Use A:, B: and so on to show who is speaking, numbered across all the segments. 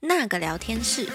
A: 那个聊天室。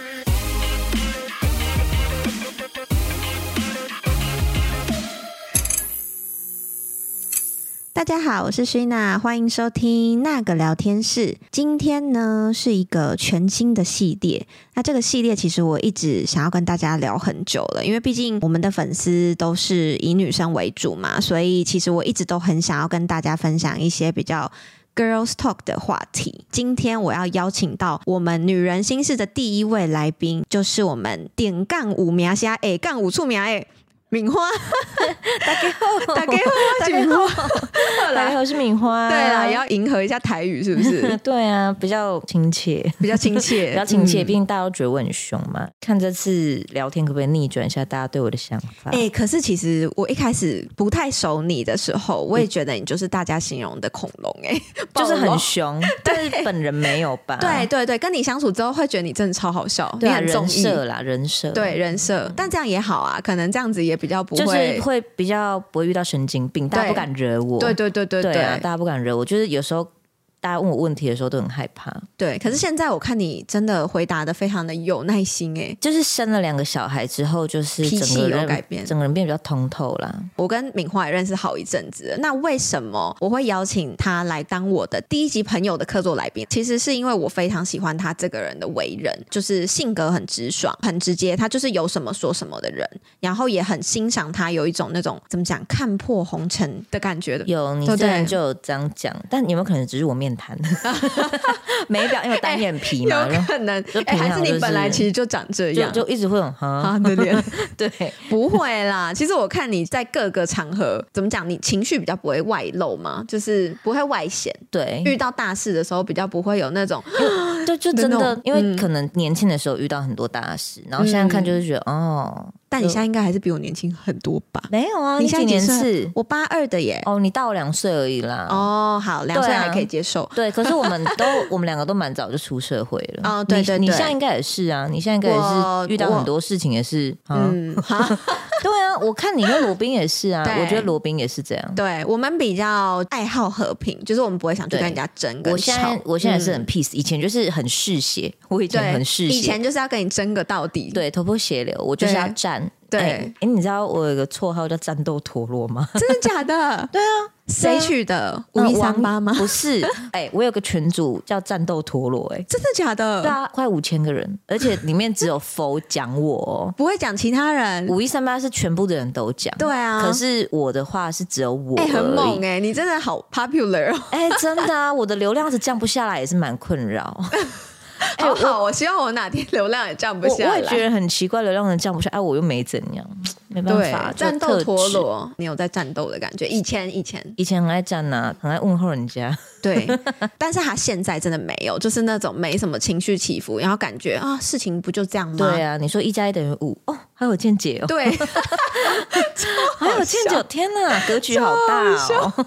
A: 大家好，我是 Shina，欢迎收听那个聊天室。今天呢是一个全新的系列，那这个系列其实我一直想要跟大家聊很久了，因为毕竟我们的粉丝都是以女生为主嘛，所以其实我一直都很想要跟大家分享一些比较。Girls Talk 的话题，今天我要邀请到我们女人心事的第一位来宾，就是我们点杠五名啊虾诶哎杠五处名诶敏花，
B: 大家好，
A: 打给我，敏花，
B: 大家好，我是呃敏花。 啊
A: 对啦，也要迎合一下台语，是不是
B: 对啊，比较亲切，
A: 比较亲切？
B: 比较亲切，
A: 嗯
B: 毕竟大家都觉得我很凶嘛。看这次聊天可不可以逆转一下大家对我的想法？
A: 哎、可是其实我一开始不太熟你的时候，我也觉得你就是大家形容的恐龙、欸，哎，
B: 嗯 就是
A: 暴
B: 很
A: 龙
B: 凶，但是本人没有吧？
A: 对对对，跟你相处之后会觉得你真的超好笑，
B: 对
A: 你
B: 啊，
A: 很中
B: 人
A: 意，
B: 设啦，人设
A: 对人设，但这样也好啊，可能这样子也比较不会，
B: 就是会比较不会遇到神经病，大家不敢惹我。
A: 对对对对
B: 对啊，大家不敢惹我，就是有时候大家问我问题的时候都很害怕。
A: 对，可是现在我看你真的回答的非常的有耐心诶、
B: 就是生了两个小孩之后，就是
A: 脾
B: 整
A: 气有
B: 个人
A: 改变
B: 整个人变比较通透啦。
A: 我跟敏华也认识好一阵子了，那为什么我会邀请他来当我的第一集朋友的客座来宾？其实是因为我非常喜欢他这个人的为人，就是性格很直爽、很直接，他就是有什么说什么的人，然后也很欣赏他有一种那种怎么讲看破红尘的感觉的。
B: 有，你
A: 对不
B: 之
A: 对
B: 前就有这样讲，但有没有可能只是我面 谈？ 没表，因为我单眼皮嘛，
A: 有
B: 然后
A: 可能，
B: 就
A: 哎、
B: 平
A: 还
B: 常
A: 是你
B: 就是
A: 本来其实就长这
B: 就
A: 样。
B: 就一直会很哈，
A: 啊， 对对，
B: 对，
A: 不会啦，其实我看你在各个场合怎么讲，你情绪比较不会外露嘛，就是不会外显。遇
B: 对，
A: 到大事的时候比较不会有那种，
B: 就就真
A: 那
B: 的
A: 种，嗯
B: 因为可能年轻的时候遇到很多大事，然后现在看就是觉得哦，
A: 但你现在应该还是比我年轻很多吧？
B: 没有啊，
A: 你现
B: 几
A: 在
B: 年
A: 几岁
B: 次？
A: 我八二的耶。
B: 哦，你大我两岁而已啦。
A: 哦，好，两岁
B: 对啊
A: 还可以接受。
B: 对，可是我们都，我们两个都蛮早就出社会了。
A: 哦对
B: 你
A: 对
B: 你
A: 对
B: 现在应该也是啊，你现在应该也
A: 我
B: 是遇到
A: 我
B: 很多事情也是，嗯，
A: 嗯，好，
B: 对啊，我看你跟罗宾也是啊，
A: 对
B: 我觉得罗宾也是这样。
A: 对我们比较爱好和平，就是我们不会想去跟人家争跟
B: 我现
A: 吵
B: 在。我现在
A: 嗯
B: 是很 peace，、以前就是很嗜血，我以前
A: 对
B: 很，嗜
A: 以
B: 血，
A: 前就是要跟你争个到底。
B: 对头破血流，我就是要战。
A: 对
B: 哎、哎你知道我有一个绰号叫战斗陀螺吗？
A: 真的假
B: ？
A: 的？对啊，谁取的？五一三八吗
B: 不是，哎、我有个群组叫战斗陀螺、 哎，
A: 真的假
B: 对
A: 的？
B: 啊，快五千个人，而且里面只有 佛讲我、哦，
A: 不会讲其他人。
B: 五一三八是全部的人都讲，
A: 对啊，
B: 可是我的话是只有我
A: 哎、很
B: 而
A: 猛
B: 已。
A: 哎、你真的好 popular，哦
B: 哎、真的啊，我的流量是降不下来，也是蛮困扰。哎
A: 好好，我希望我哪天流量也降不
B: 我
A: 下来。
B: 我也觉得很奇怪，流量能降不下，哎、我又没怎样，没办
A: 对
B: 法，，就
A: 战斗
B: 特
A: 陀
B: 质。
A: 螺，你有在战斗的感觉？以前以前
B: 以前很爱站呐、很爱问候人家，
A: 对，但是他现在真的没有，就是那种没什么情绪起伏，然后感觉啊，事情不就这样吗？
B: 对啊，你说一加一等于五哦，还有见解哦，
A: 对
B: 还有见解哦，天哪，格局好大哦，
A: 超好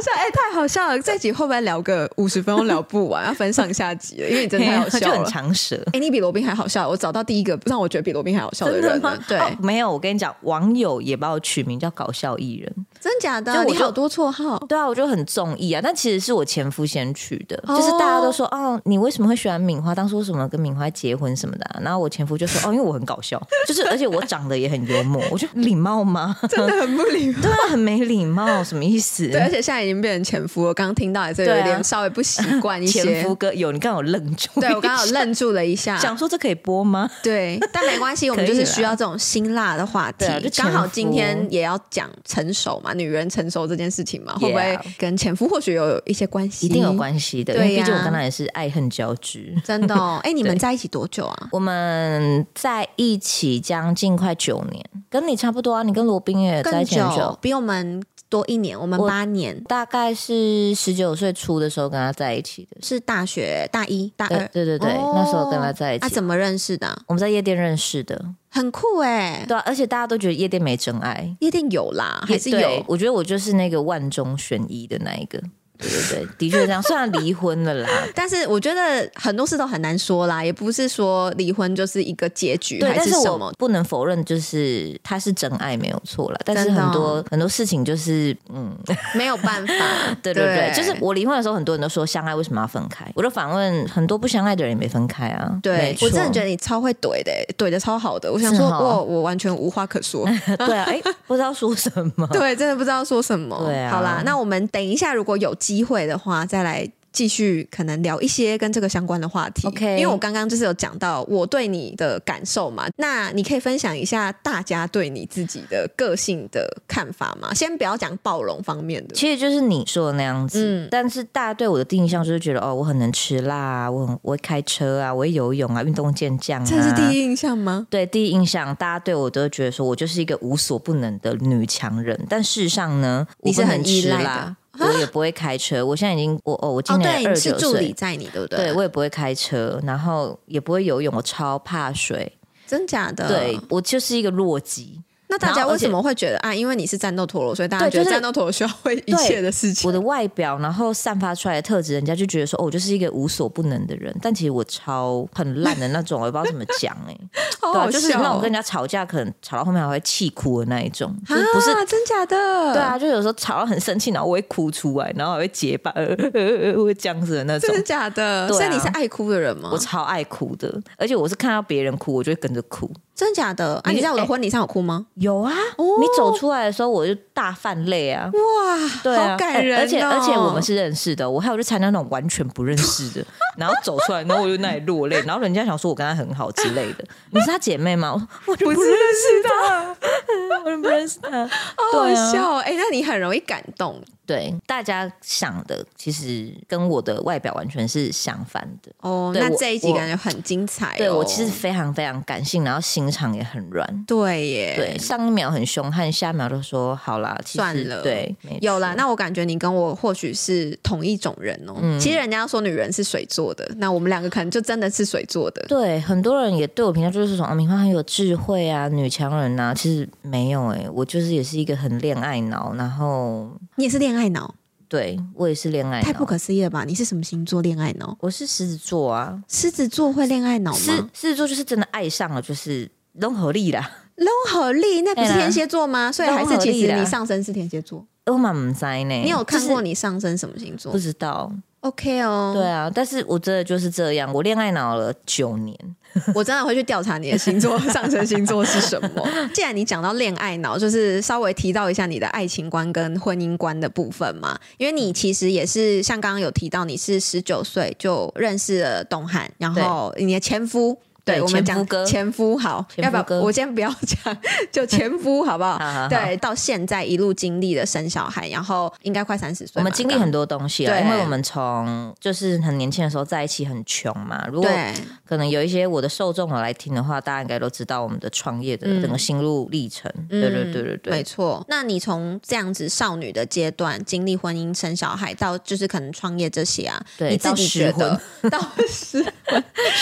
A: 笑，哎、太好笑了！这集会不会聊个五十分钟聊不完，要 分上下集了？因为你真的太好
B: 他就
A: 笑
B: 很
A: 了。
B: 长舌。
A: 哎、你比罗宾还好笑，我找到第一个让我觉得比罗宾还好笑的人了。对，
B: 哦没有，我跟你讲，网友也把我取名叫搞笑艺人。
A: 真假
B: 就
A: 的？
B: 我
A: 你
B: 就
A: 好多绰号，
B: 对啊，我就很中意啊，但其实是我前夫先取的，
A: 哦
B: 就是大家都说，哦，你为什么会喜欢敏花？当初为什么跟敏花结婚什么的啊、然后我前夫就说，哦，因为我很搞笑，就是而且我长得也很幽默， 我就礼貌吗？
A: 真的很不礼貌。
B: 对啊，很没礼貌，什么意思？
A: 对，而且现在已经变成前夫，我刚刚听到也是有
B: 对啊
A: 点稍微不习惯一些。
B: 前夫哥有，你刚好愣住，
A: 对我刚好愣住了一下，
B: 想说这可以播吗？
A: 对， 但没关系，我们
B: 可
A: 就是
B: 以啦
A: 需要这种辛辣的话题
B: 对啊就。前
A: 刚好
B: 夫
A: 今天也要讲成熟嘛，女人成熟这件事情嘛，会不会
B: Yeah
A: 跟前夫或许有一些关系？
B: 一定有，关系的，因
A: 对
B: 为
A: 呀
B: 毕竟我跟他也是爱恨交织。
A: 真的 哦。哎，你们在一起多久啊？
B: 我们在一起将近快九年，跟你差不多啊，你跟罗宾也在
A: 更
B: 一起很久
A: 久，比我们多一年，我们
B: 我
A: 八年。
B: 大概是十九岁初的时候跟他在一起的。
A: 是大学大一、大
B: 对
A: 二，
B: 对对对，
A: 哦
B: 那时候跟他在一
A: 啊，
B: 起，
A: 怎么认识的啊？
B: 我们在夜店认识的。
A: 很酷哎，啊
B: 对、啊，而且大家都觉得夜店没真爱，
A: 一定有啦，还是
B: 也对
A: 有
B: 我觉得我就是那个万中选一的那一个，对 对对，的确这样。虽然离婚了啦，
A: 但是我觉得很多事都很难说啦，也不是说离婚就是一个结局
B: 对，
A: 还
B: 但是
A: 什
B: 我
A: 么。
B: 不能否认，就是他是真爱没有错了。但是
A: 真的哦
B: 很多、很多事情就是，嗯，
A: 没有办法，
B: 对对
A: 对
B: 对，就是我离婚的时候，很多人都说相爱为什么要分开？我就反问很多不相爱的人也没分开啊。
A: 对
B: 没错
A: 我真的觉得你超会怼的欸，怼的超好的。我想
B: 是
A: 说，
B: 哦
A: 我我完全无话可 说。
B: 对啊，哎、不知道说什么。
A: 对，真的不知道说什么。
B: 对啊
A: 好啦，那我们等一下，如果有机会的话，再来继续可能聊一些跟这个相关的话题。
B: OK
A: 因为我刚刚就是有讲到我对你的感受嘛，那你可以分享一下大家对你自己的个性的看法吗？先不要讲暴龙方面的，
B: 其实就是你说的那样子，
A: 嗯
B: 但是大家对我的印象就是觉得哦，我很能吃辣啊，我很我会开车啊，我会游泳啊，运动健将啊。
A: 这是第一印象吗？
B: 对第一印象，大家对我都觉得说我就是一个无所不能的女强人，但事实上呢，
A: 你是
B: 我不
A: 很
B: 能
A: 依
B: 吃
A: 赖
B: 辣，我也不会开车。我现在已经我哦，我今
A: 哦，
B: 年
A: 对，
B: 二
A: 你
B: 十
A: 是
B: 九
A: 助理
B: 岁，
A: 在你，对不对？
B: 对我也不会开车，然后也不会游泳，我超怕水，
A: 真假的？
B: 对。我就是一个弱鸡。
A: 那大家
B: 然后
A: 为
B: 而且
A: 什么会觉得啊？因为你是战斗陀螺，所以大家
B: 对
A: 觉得
B: 就是
A: 战斗陀螺需要会一
B: 对
A: 切的事情。
B: 我的外表，然后散发出来的特质，人家就觉得说，哦，我就是一个无所不能的人。但其实我超很烂的那种，我也不知道怎么讲哎、
A: 好
B: 对、
A: 好
B: 啊，就是那
A: 笑
B: 种
A: 哦
B: 跟人家吵架，可能吵到后面还会气哭的那一种，就是
A: 啊，
B: 不是
A: 真假的？
B: 对，啊，就有时候吵到很生气，然后我会哭出来，然后还会结巴，呃呃呃呃会这样子的那种
A: 真。的假的？
B: 对啊
A: 所以你是爱哭的人吗
B: 我？超爱哭的，而且我是看到别人哭，我就会跟着哭。
A: 真的假的？啊，
B: 你哎
A: 你在我的婚礼上有哦哭吗？
B: 有啊，你走出来的时候我就大泛泪啊。
A: 哇，
B: 对啊，
A: 好感人哦
B: 而且而且我们是认识的，我还有去参加那种完全不认识的， 然后走出来，然后我就那里落泪，然后人家想说我跟她很好之类 的。你是她姐妹吗？我我就不认识她， 我就不认识她，
A: 好好
B: 对啊
A: 笑哦哎，那你很容易感动
B: 对，大家想的其实跟我的外表完全是相反的。
A: 哦。
B: 对
A: 那
B: 我
A: 这一集
B: 我
A: 感觉很精彩哦。
B: 对我其实非常非常感性，然后心肠也很软。
A: 对耶，
B: 对，上一秒很凶悍，下一秒就说好啦，其实
A: 哎算了
B: 对，没
A: 有啦，
B: 错
A: 那我感觉你跟我或许是同一种人哦。
B: 嗯
A: 其实人家说女人是水做的，那我们两个可能就真的是水做的。
B: 对，很多人也对我评价就是说啊，明花很有智慧啊，女强人啊，其实没有哎、我就是也是一个很恋爱脑，然后
A: 你也是恋爱脑，
B: 对我也是恋爱
A: 太不
B: 脑，
A: 可思议了吧？你是什么星座恋爱脑？
B: 我是狮子座啊，
A: 狮子座会恋爱脑
B: 狮
A: 吗？
B: 狮子座就是真的爱上了，就是融合力啦。
A: 融合力那不是
B: 对啦
A: 天蝎座吗？所以还是
B: 融合力
A: 其实
B: 啦
A: 你上升是天蝎座。
B: 我蛮不知道呢，
A: 你有看过
B: 就是
A: 你上升什么星座
B: 不知道，
A: ？OK 哦，
B: 对啊，但是我真的就是这样，我恋爱脑了九年，
A: 我真的会去调查你的星座上升星座是什么。 既然你讲到恋爱脑，就是稍微提到一下你的爱情观跟婚姻观的部分嘛，因为你其实也是像刚刚有提到，你是十九岁就认识了东汉，然后你的前夫。对
B: 对
A: 我们
B: 前夫
A: 讲
B: 哥
A: 前夫好，
B: 前
A: 要
B: 夫
A: 不
B: 哥
A: 要我先不要讲， 就前夫好不 好？
B: 好好好
A: 对，到现在一路经历了生小孩，然后应该快三十岁嘛，
B: 我们经历
A: 刚
B: 很多东西啊，
A: 对
B: 因为我们从就是很年轻的时候在一起很穷嘛，如果
A: 对
B: 可能有一些我的受众有来听的话，大家应该都知道我们的创业的
A: 嗯
B: 整个心路历程。
A: 嗯
B: 对对对对
A: 没
B: 对，
A: 错。那你从这样子少女的阶段经历婚姻、生小孩，到就是可能创业这些啊，
B: 对
A: 你自己觉得到失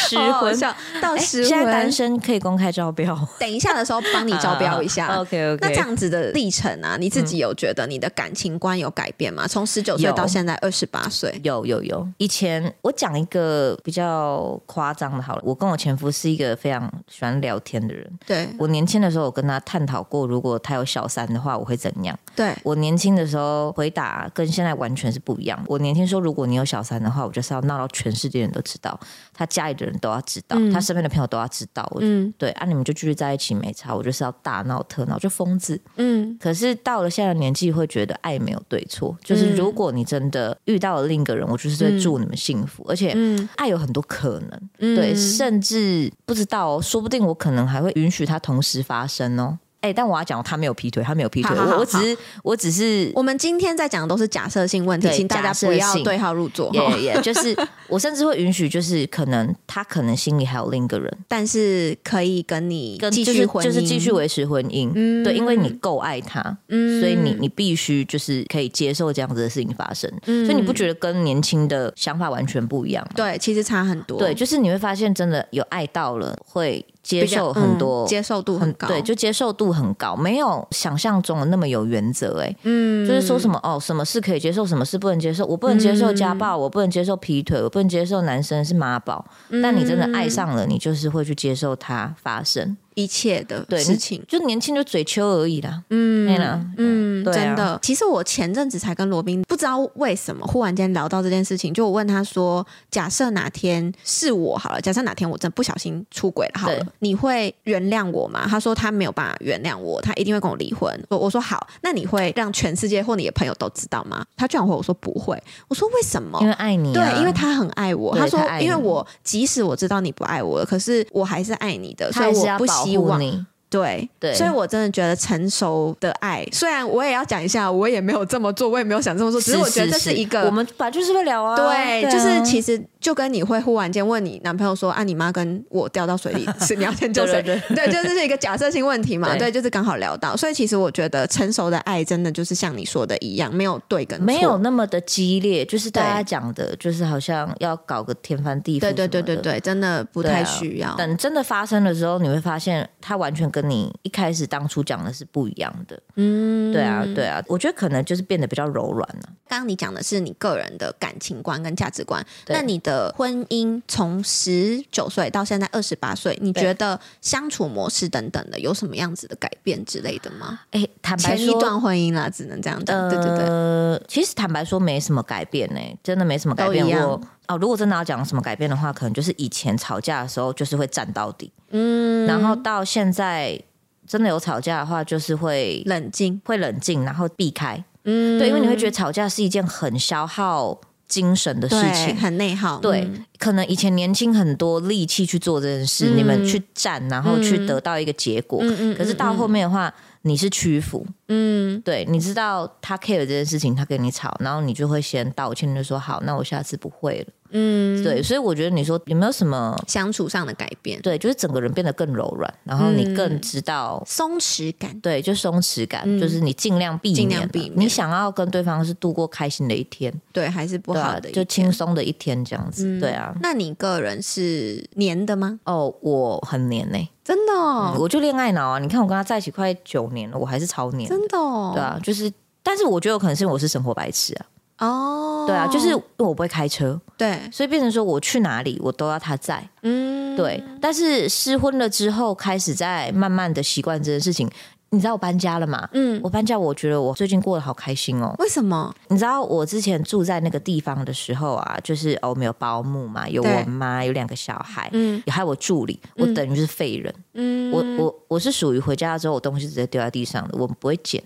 B: 失
A: 好好
B: 婚。
A: 笑哦到
B: 哎
A: 失
B: 现在单
A: 婚，
B: 身可以公开招标，
A: 等一下的时候 帮你招标一下。
B: 啊 OK
A: 那
B: OK，
A: 这样子的历程啊，你自己有觉得你的感情观有改变吗？从十九岁
B: 有嗯
A: 到现在二十八岁，
B: 有有有，以前我讲一个比较夸张的，好了，我跟我前夫是一个非常喜欢聊天的人。
A: 对
B: 我年轻的时候，我跟他探讨过，如果他有小三的话，我会怎样？
A: 对，
B: 我年轻的时候回答跟现在完全是不一样。我年轻说，如果你有小三的话，我就是要闹到全世界人都知道，他家里的人都要知道，
A: 嗯
B: 他身边的朋友都要知道。我
A: 嗯
B: 对啊，你们就继续在一起没差，我就是要大闹特闹，就疯子。
A: 嗯，
B: 可是到了现在的年纪，会觉得爱没有对错，就是如果你真的遇到了另一个人，我就是在祝你们幸福，而且
A: 嗯
B: 爱有很多可能，
A: 嗯
B: 对，甚至不知道、哦，说不定我可能还会允许它同时发生哦。哎、但我要讲，他没有劈腿，他没有劈腿，
A: 好好好
B: 我我只是我只是
A: 我们今天在讲的都是假设性问题，
B: 对
A: 请大家
B: 假设
A: 不要
B: 性
A: 对号入座。
B: 也
A: 哈
B: 也 就是我甚至会允许，就是可能他可能心里还有另一个人，
A: 但是可以跟你
B: 跟
A: 继
B: 就
A: 续
B: 是
A: 婚姻，
B: 就是继续维持婚姻，
A: 嗯
B: 对，因为你够爱他，
A: 嗯
B: 所以你你必须就是可以接受这样子的事情发生，
A: 嗯
B: 所以你不觉得跟年轻的想法完全不一样吗？
A: 对，其实差很多。
B: 对，就是你会发现真的有爱到了会接受很多，
A: 嗯接受度很高，
B: 对，就接受度很高，没有想象中的那么有原则、欸。哎、
A: 嗯
B: 就是说什么哦，什么事可以接受，什么事不能接受。我不能接受家暴，我不能接受劈腿，我不能接受男生是妈宝。但你真的爱上了，你就是会去接受它发生。
A: 嗯一切的
B: 对，
A: 事
B: 你
A: 情，
B: 就年轻就嘴秋而已啦。对啦
A: 嗯嗯，
B: 对啊
A: 真的。其实我前阵子才跟罗宾，不知道为什么忽然间聊到这件事情，就我问他说，假设哪天是我好了，假设哪天我真的不小心出轨了好了
B: 对，
A: 你会原谅我吗？他说他没有办法原谅我，他一定会跟我离婚。我我说好，那你会让全世界或你的朋友都知道吗？他居然回我说不会。我说为什么？
B: 因为爱你、啊，
A: 哦对，因为他很爱我。
B: 对
A: 他说
B: 他爱，你
A: 因为我即使我知道你不爱我了，可是我还是爱你的，所
B: 他
A: 以
B: 还是
A: 我
B: 要
A: 不
B: 保
A: 希
B: 护
A: 望
B: 你。
A: 对
B: 对
A: 所以我真的觉得成熟的爱，虽然我也要讲一下，我也没有这么做，我也没有想这么做，只是我觉得这是一个
B: 我们本来就是会聊啊，
A: 对，就是其
B: 实
A: 实就跟你会忽然间问你男朋友说啊，你妈跟我掉到水里，是你要先救
B: 对
A: 谁
B: 对？
A: 对，
B: 对，
A: 就是这是一个假设性问题嘛，对，
B: 对
A: 就是刚好聊到，所以其实我觉得成熟的爱真的就是像你说的一样，没有对跟错，
B: 没有那么的激烈，就是大家
A: 对
B: 讲的，就是好像要搞个天翻地覆，
A: 对对对对。对，真的不
B: 对啊
A: 太需要，
B: 等真的发生的时候，你会发现它完全跟你一开始当初讲的是不一样的。
A: 嗯，
B: 对啊，对啊，我觉得可能就是变得比较柔软啊了、
A: 刚刚你讲的是你个人的感情观跟价值观，
B: 对
A: 那你的婚姻从十九岁到现在二十八岁，你
B: 对
A: 觉得相处模式等等的有什么样子的改变之类的吗？
B: 哎、坦白
A: 前一
B: 说，
A: 段婚姻啦，只能这样讲，
B: 呃，
A: 对对对，
B: 其实坦白说没什么改变呢、真的没什么改变。
A: 都一样
B: 我哦，如果真的要讲什么改变的话，可能就是以前吵架的时候就是会站到底，
A: 嗯，
B: 然后到现在真的有吵架的话，就是会
A: 冷静，
B: 会冷静，然后避开。
A: 嗯
B: 对，因为你会觉得吵架是一件很消耗精神的事
A: 对
B: 情。
A: 很内耗，
B: 对，
A: 嗯
B: 可能以前年轻很多力气去做这件事，
A: 嗯
B: 你们去站，然后去得到一个结果。
A: 嗯嗯，
B: 可是到后面的话，你是屈服，
A: 嗯，
B: 对，你知道他 care 这件事情，他跟你吵，然后你就会先道歉，就说好，那我下次不会了。
A: 嗯嗯，
B: 对，所以我觉得你说有没有什么？
A: 相处上的改变，
B: 对，就是整个人变得更柔软，然后你更
A: 嗯
B: 知道，
A: 松弛感，
B: 对，就松弛感，
A: 嗯
B: 就是你尽量避免啊，
A: 尽量避免
B: 你想要跟对方是度过开心的一天，
A: 对，还是不
B: 对啊
A: 好的一
B: 就
A: 点，
B: 轻松的一天这样子，
A: 嗯
B: 对啊。
A: 那你个人是黏的吗？
B: 哦，我很黏呢、
A: 真的哦，
B: 我就恋爱脑啊！你看我跟他在一起快九年了，我还是超黏，
A: 真的哦，
B: 对啊，就是，但是我觉得有可能是因为我是生活白痴啊，
A: 哦，
B: 对啊，就是因为我不会开车，
A: 对，
B: 所以变成说我去哪里我都要他在，
A: 嗯，
B: 对。但是失婚了之后，开始在慢慢的习惯这件事情。你知道我搬家了嘛？
A: 嗯，
B: 我搬家，我觉得我最近过得好开心哦。
A: 为什么？
B: 你知道我之前住在那个地方的时候啊，就是哦，我们有保姆嘛，有
A: 对
B: 我妈，有两个小孩，
A: 嗯
B: 也还有我助理，我等于是废人。
A: 嗯
B: 我 我我是属于回家之后，我东西直接丢在地上的，我不会捡。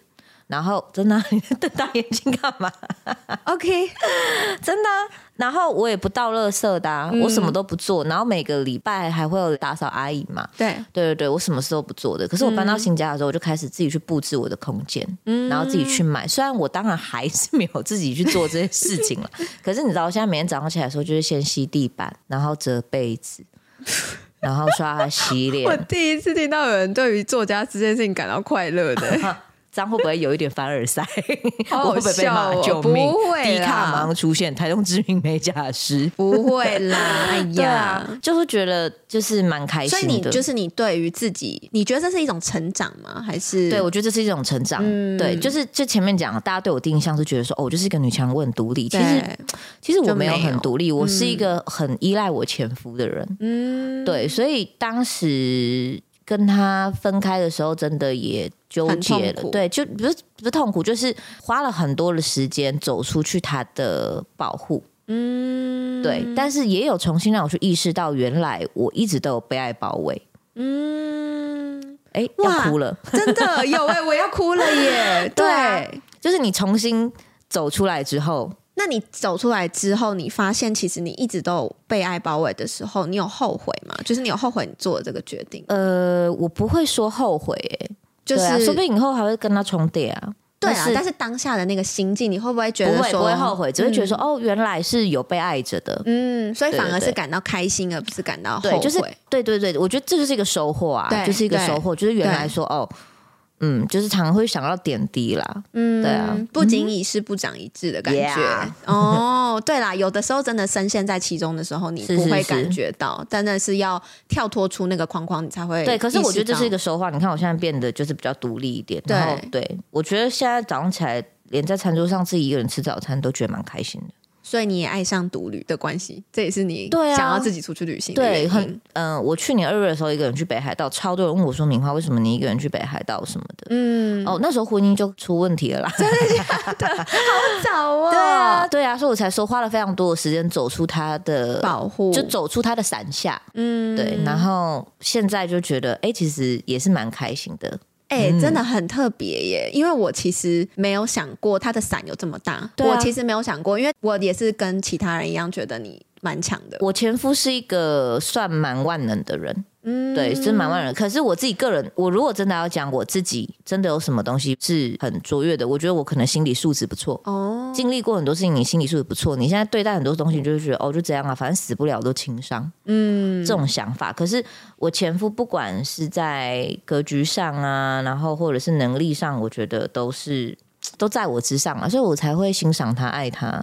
B: 然后真的啊、你 瞪大眼睛干嘛？
A: OK，
B: 真的啊、然后我也不倒垃圾的、啊，
A: 嗯
B: 我什么都不做。然后每个礼拜还会有打扫阿姨嘛。
A: 对，
B: 对对对，我什么事都不做的。可是我搬到新家的时候，我就开始自己去布置我的空间，
A: 嗯
B: 然后自己去买。虽然我当然还是没有自己去做这些事情 了，可是你知道，我现在每天早上起来的时候，就是先吸地板，然后折被 子，然后刷牙洗脸
A: 我，第一次听到有人对于作家这件事情感到快乐的、
B: 这样会不会有一点凡 尔赛？
A: 好好
B: 我会不会被
A: 笑
B: 骂？
A: 哦
B: 救
A: 不
B: 命！
A: 会
B: 低
A: 啦
B: 卡马上出现，台中知名美甲师。
A: 不会啦，哎
B: 对啊
A: 呀，，
B: 就是觉得就是蛮开
A: 所以
B: 心
A: 你
B: 的。
A: 就是你对于自己，你觉得这是一种成长吗？还是
B: 对，我觉得这是一种成长。
A: 嗯
B: 对，就是就前面讲，大家对我第一印象是觉得说，哦，我就是一个女强，我很独立。其
A: 对
B: 实其实我
A: 就
B: 没有
A: 没有
B: 很独立，我是一个很依赖我前夫的人。
A: 嗯，
B: 对，所以当时跟他分开的时候，真的也纠
A: 很
B: 结
A: 痛
B: 了
A: 苦。
B: 对，就不是不是痛苦，就是花了很多的时间走出去他的保护。
A: 嗯，
B: 对，但是也有重新让我去意识到，原来我一直都有被爱包围。
A: 嗯，
B: 哎，
A: 哇
B: 要哭了，
A: 真的有哎、我要哭了耶！
B: 对啊就是你重新走出来之后，
A: 那你走出来之后，你发现其实你一直都有被爱包围的时候，你有后悔吗？就是你有后悔你做的这个决定，
B: 呃，我不会说后悔、哎，
A: 就是、
B: 对啊，说不定以后还会跟他重叠啊。
A: 对
B: 但
A: 啊，
B: 是
A: 但是当下的那个心境，你会不会觉
B: 不
A: 得
B: 会
A: 说
B: 不会后悔，只会觉得说、哦，原来是有被爱着的。
A: 嗯，所以
B: 对
A: 反
B: 对
A: 而是
B: 对
A: 感到开心，而不是感到后
B: 对，
A: 悔。
B: 就是对对对，我觉得这就是一个收获啊
A: 对，
B: 就是一个收获，就是原来说哦，嗯，就是常会想到点滴啦。
C: 嗯
B: 对啊，嗯
A: 不仅一事不长一智的感觉。
B: Yeah
A: 哦，对啦，有的时候真的深陷在其中的时候，你
B: 是
A: 不
B: 是
A: 会
B: 是
A: 感觉到，但那是要跳脱出那个框框，你才会
B: 对，可是我觉得这是一
A: 个
B: 个收获。啊你看我现在变得就是比较独立一点，然后对我觉得现在早上起来，连在餐桌上自己一个人吃早餐都觉得蛮开心的。
A: 所以你也爱上独旅的关系，这也是你
B: 对啊
A: 想要自己出去旅行的原
B: 对，
A: 因
B: 很嗯、我去年二月的时候一个人去北海道，超多人问我说：“明花，为什么你一个人去北海道什么的？”
A: 嗯，
B: 哦，那时候婚姻就出问题了 啦。
A: 早哦，
B: 对啊，对啊，所以我才说花了非常多的时间走出他的
A: 保护
B: 就，走出他的伞下，
A: 嗯
B: 对，然后现在就觉得，哎、其实也是蛮开心的，
A: 哎、
B: 嗯
A: 真的很特别耶！因为我其实没有想过它的伞有这么大，
B: 对啊
A: 我其实没有想过，因为我也是跟其他人一样觉得你蛮强的。
B: 我前夫是一个算蛮万能的人，
A: 嗯
B: 对，是蛮万能。可是我自己个人，我如果真的要讲我自己真的有什么东西是很卓越的，我觉得我可能心理素质不错，
A: 哦，
B: 经历过很多事情，你心理素质不错，你现在对待很多东西，你就会觉得哦，就这样啊，反正死不了都轻伤，
A: 嗯
B: 这种想法。可是我前夫不管是在格局上啊，然后或者是能力上，我觉得都是。都在我之上啊，所以我才会欣赏他、爱他。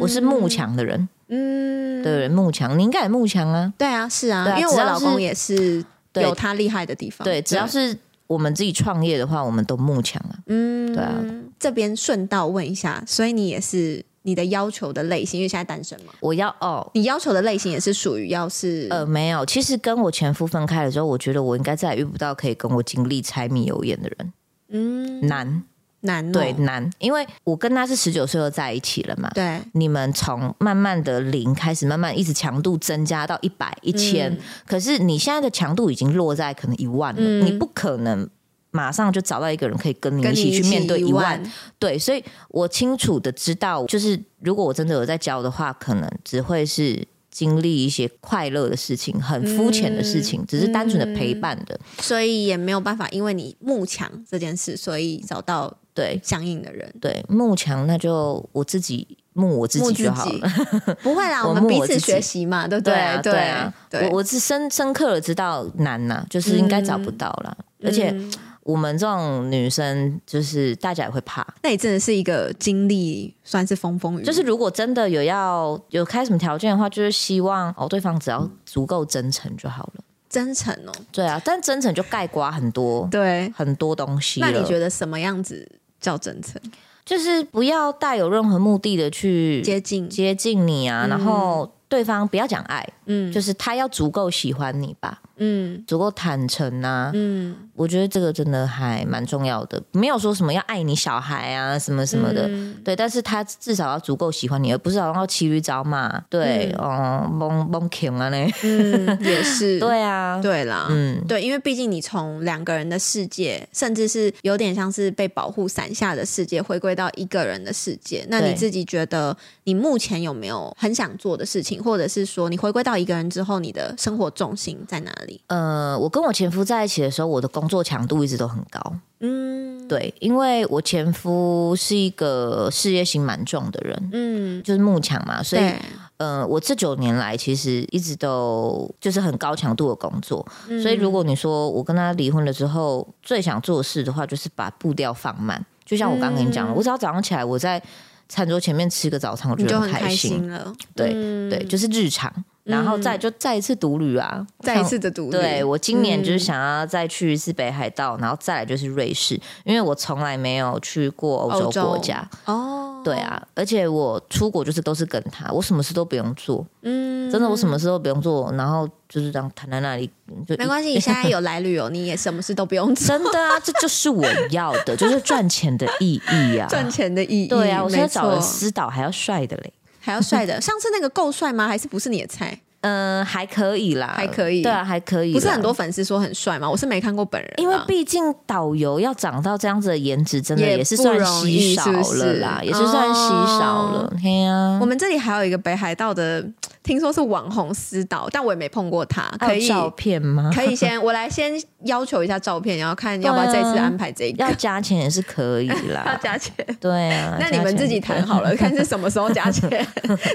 B: 我是慕强的人，
A: 嗯，
B: 对慕强，你应该也慕强啊。
A: 对啊，是啊，
B: 对啊
A: 因为
B: 只
A: 我
B: 要
A: 老公
B: 是
A: 也是
B: 对
A: 有他厉害的地方。
B: 对，只要是我们自己创业的话，我们都慕强啊。
A: 嗯，
B: 对啊，
A: 这边顺道问一下，所以你也是你的要求的类型，因为现在单身嘛，
B: 我要哦，
A: 你要求的类型也是属于要是
B: 呃，没有。其实跟我前夫分开了之后，我觉得我应该再也遇不到可以跟我经历柴米油盐的人，
A: 嗯
B: 难，
A: 难哦
B: 对难，因为我跟他是十九岁就在一起了嘛。
A: 对
B: 你们从慢慢的零开始，慢慢一直强度增加到一百、一千，可是你现在的强度已经落在可能一万了，
A: 嗯
B: 你不可能马上就找到一个人可以跟你
A: 跟
B: 一
A: 你
B: 起去面对
A: 一
B: 一万
A: 万，
B: 对，所以我清楚的知道，就是如果我真的有在教的话，可能只会是经历一些快乐的事情，
A: 嗯
B: 很肤浅的事情，只是单纯的陪伴的。
A: 所以也没有办法，因为你慕强这件事，所以找到
B: 对
A: 相应的人。
B: 对，慕强那就我自己慕我自
A: 慕自
B: 己就好了。
A: 己不会 啦，
B: 我
A: 我们
B: 慕
A: 彼
B: 我
A: 此
B: 自己
A: 学习嘛，对不
B: 对
A: 对？
B: 啊，对啊，
A: 对，
B: 我我是深深刻的知道难呐、就是应该找不到啦。而且
A: 嗯
B: 我们这种女生，就是大家也会怕，
A: 那你真的是一个经历算是风风雨雨，
B: 就是如果真的有要有开什么条件的话，就是希望哦对方只要足够真诚就好了。
A: 真诚哦。
B: 对啊，但真诚就盖刮很多
A: 对，
B: 很多东西了。
A: 那你觉得什么样子叫真诚？
B: 就是不要带有任何目的的去
A: 接近，
B: 接近你啊，然后对方不要讲爱，
A: 嗯，
B: 就是他要足够喜欢你吧，
A: 嗯
B: 足够坦诚啊。
A: 嗯，
B: 我觉得这个真的还蛮重要的，没有说什么要爱你小孩啊什么什么的。
A: 嗯
B: 对，但是他至少要足够喜欢你，而不是好像要骑驴找马。对，哦、蒙蒙ခင်啊嘞。
A: 嗯，也是，
B: 对啊，
A: 对啦，
B: 嗯，
A: 对，因为毕竟你从两个人的世界，甚至是有点像是被保护伞下的世界，回归到一个人的世界。那你
B: 对
A: 自己觉得，你目前有没有很想做的事情，或者是说，你回归到一个人之后，你的生活重心在哪里？
B: 呃，我跟我前夫在一起的时候，我的工作强度一直都很高。
A: 嗯，
B: 对，因为我前夫是一个事业心蛮重的人，
A: 嗯，
B: 就是慕强嘛，所以
A: 对，
B: 呃，我这九年来其实一直都就是很高强度的工作，
A: 嗯
B: 所以如果你说我跟他离婚了之后，最想做的事的话，就是把步调放慢。就像我刚跟你讲了，我只要早上起来我在餐桌前面吃个早餐，我
A: 嗯你
B: 觉
A: 就
B: 得
A: 很
B: 开
A: 开心了。
B: 对
A: 嗯
B: 对，就是日常，然后再就再一次独旅啊，
A: 再一
B: 像
A: 次的独立，
B: 对我今年就是
A: 嗯
B: 想要再去一次北海道，然后再来就是瑞士，因为我从来没有去过欧
A: 欧洲
B: 洲国家。
A: 哦，
B: 对，啊，而且我出国就是都是跟他，我什么事都不用做，
A: 嗯，
B: 真的我什么事都不用做，然后就是这样躺在那里就
A: 没 关系，你现在有来旅游，你也什么事都不用做，
B: 真的啊，这就是我要的，就是赚钱的意义啊。
A: 赚钱的意义。
B: 对啊，我现在
A: 没
B: 找了
A: 错
B: 私导还要帅的嘞。
A: 还要帅 的。上次那个够帅吗？还是不是你的菜？
B: 嗯，还可以啦，
A: 还可以
B: 对啊，还可以啦，
A: 不是很多粉丝说很帅吗？我是没看过本人啊、
B: 因为毕竟导游要长到这样子的颜值，真的
A: 也
B: 也是
A: 不
B: 算
A: 容易
B: 稀少
A: 是不
B: 了
A: 是哦
B: 啦，也是算稀少了。嘿呀、
A: 我们这里还有一个北海道的，听说是网红私导，但我也没碰过他，
B: 还
A: 可
B: 有
A: 以。
B: 哦照片吗？
A: 可以先，我来先要求一下照片，然后看
B: 对
A: 要
B: 啊
A: 不要这次安排这一个，
B: 要加钱也是可以
A: 要
B: 啦，
A: 加钱。
B: 对啊。
A: 那你们自己谈好了，看是什么时候加 钱，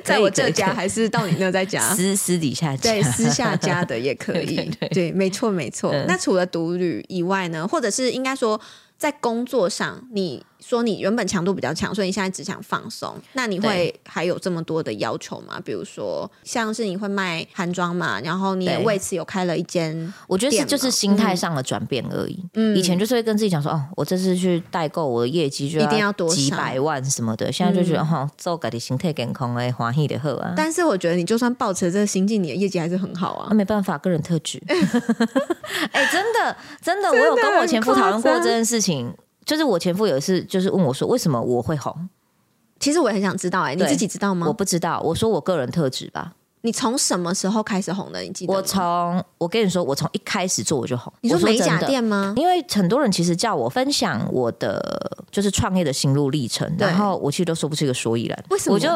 A: 在我这加还是到你那再
B: 加
A: 加
B: 钱，？私私底下加
A: 啊对，私下加
B: 嗯
A: 的也可以。对没错没错。那除了独旅以外呢，或者是应该说，在工作上，你说你原本强度比较强，所以你现在只想放松，那你会还有这么多的要求吗？比如说，像是你会卖韩妆嘛，然后你也
B: 对
A: 为此有开了一间，
B: 我觉得是
A: 店嘛
B: 就是心态上的转变而已。
A: 嗯
B: 以前就是会跟自己讲说，哦，我这次去代购，我的业绩就
A: 一定要多
B: 几
A: 少嗯
B: 百万什么的。现在就觉得，哦，做自己心态健康哎，欢喜的好啊。
A: 但是我觉得你就算抱持这个心境，你的业绩还是很好
B: 啊，
A: 啊。
B: 没办法，个人 特质。哎、真的，真的，我有跟我前夫
A: 很
B: 讨论过
A: 夸张
B: 这件事情。就是我前夫有一次，就是问我说，为什么我会红？
A: 其实我也很想知道、哎，你
B: 对
A: 自己知道吗
B: 我？不知道。我说我个人特质吧。
A: 你从什么时候开始红的？你记得吗？
B: 我从我跟你说，我从一开始做我就红。
A: 你说
B: 我
A: 美甲
B: 真的
A: 店吗？
B: 因为很多人其实叫我分享我的就是创业的心路历程，
A: 对
B: 然后我其实都说不出一个所以然。
A: 为什么
B: 我就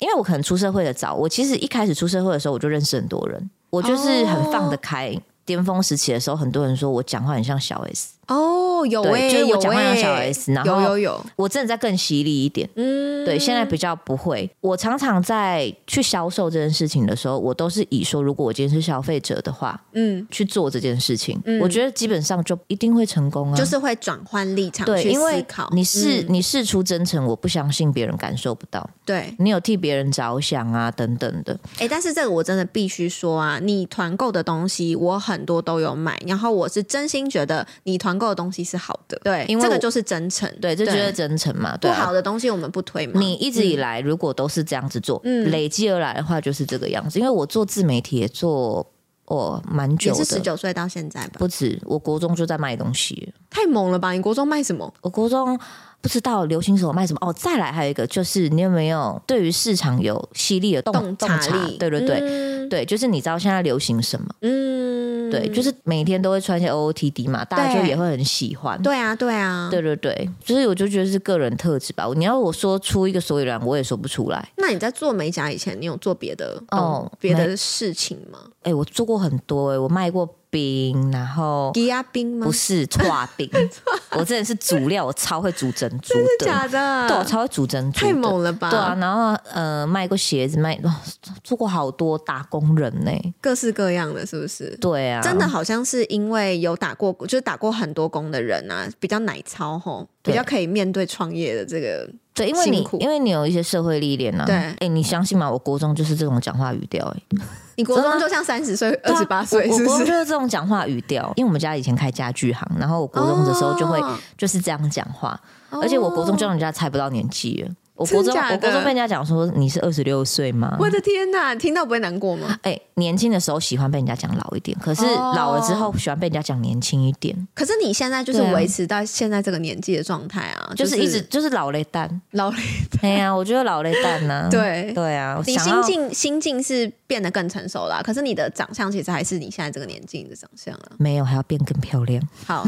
B: 因为我可能出社会的早，我其实一开始出社会的时候我就认识很多人，我就是很放得开。巅峰时期的时候，很多人说我讲话很像小 S，
A: 哦，有
B: 对
A: 哎、
B: 就是我
A: 有
B: 讲话
A: 哎、
B: 像小 S，然后
A: 有有有，
B: 我真的在更犀利一点。
A: 嗯，
B: 对，现在比较不会。我常常在去销售这件事情的时候，我都是以说，如果我今天是消费者的话，
A: 嗯，
B: 去做这件事情，
A: 嗯
B: 我觉得基本上就一定会成功啊。
A: 就是会转换立场
B: 对，
A: 去
B: 因
A: 思
B: 为
A: 考。
B: 你是、
A: 嗯
B: 你事出真诚，我不相信别人感受不到，
A: 对，
B: 你有替别人着想啊，等等的。
A: 哎、但是这个我真的必须说啊，你团购的东西我很多都有买，然后我是真心觉得你团购的东西是好的，对
B: 因为
A: 这个
B: 我
A: 就是真诚，
B: 对，这就是真诚嘛，
A: 不
B: 对、
A: 好
B: 啊。
A: 的东西我们不推嘛。
B: 你一直以来如果都是这样子做，
A: 嗯
B: 累积而来的话就是这个样子。因为我做自媒体也做哦蛮久
A: 也
B: 的，
A: 是十九岁到现在吧，
B: 不止，我国中就在卖东西了。
A: 太猛了吧？你国中卖什么？
B: 我国中不知道流行什么卖什么哦。再来还有一个就是，你有没有对于市场有犀利的洞
A: 洞
B: 洞
A: 察
B: 察
A: 力？
B: 对对对、
A: 嗯
B: 对，就是你知道现在流行什么。
A: 嗯
B: 对，就是每天都会穿一些 OOTD 嘛，大家就也会很喜欢。
A: 对啊，对啊，
B: 对对对，就是我就觉得是个人特质吧。你要我说出一个所以然，我也说不出来。
A: 那你在做美甲以前，你有做别的
B: 哦
A: 哦，别的事情吗？
B: 哎，我做过很多、哎，我卖过冰，然后
A: 抵押冰吗？
B: 不是搓 冰，我真的是煮料，我超会煮珍珠的，
A: 假
B: 对，
A: 的，
B: 我超会煮珍珠
A: 太
B: 的，
A: 猛了吧？
B: 对啊，，然后呃，卖过鞋子，卖、哦做过好多打工人呢、哎
A: 各式各样的，是不是？
B: 对啊，
A: 真的好像是因为有打过，就是打过很多工的人啊，比较奶操吼，比
B: 对
A: 较可以面对创业的这啊个，
B: 对，因为你
A: 辛苦
B: 因为你有一些社会历练啊。
A: 对
B: 哎、你相信吗？我国中就是这种讲话语调、哎。
A: 你国中
B: 真的
A: 就像三十岁、
B: 对
A: 二
B: 啊
A: 十八岁，
B: 我
A: 是不
B: 我国中
A: 是
B: 就？是这种讲话语调，因为我们家以前开家具行，然后我国中的时候就会
A: 哦
B: 就是这样讲话，而且我国中就让人家猜不到年纪了。我国
A: 真
B: 中
A: 假的
B: 我国中被人家讲说你是二十六岁吗？
A: 我的天哪，听到不会难过吗？
B: 哎、年轻的时候喜欢被人家讲老一点，可是
A: 哦
B: 老了之后喜欢被人家讲年轻一点，
A: 可是你现在就是
B: 对啊
A: 维持到现在这个年纪的状态啊，
B: 就是是一直就是老雷蛋。
A: 老了，
B: 哎呀、我觉得老雷蛋呢、
A: 嗯对。
B: 对啊，我
A: 你
B: 想
A: 心
B: 要
A: 境心境是变得更成熟啦、可是你的长相其实还是你现在这个年纪的长相啊。
B: 没有还要变更漂亮。
A: 好，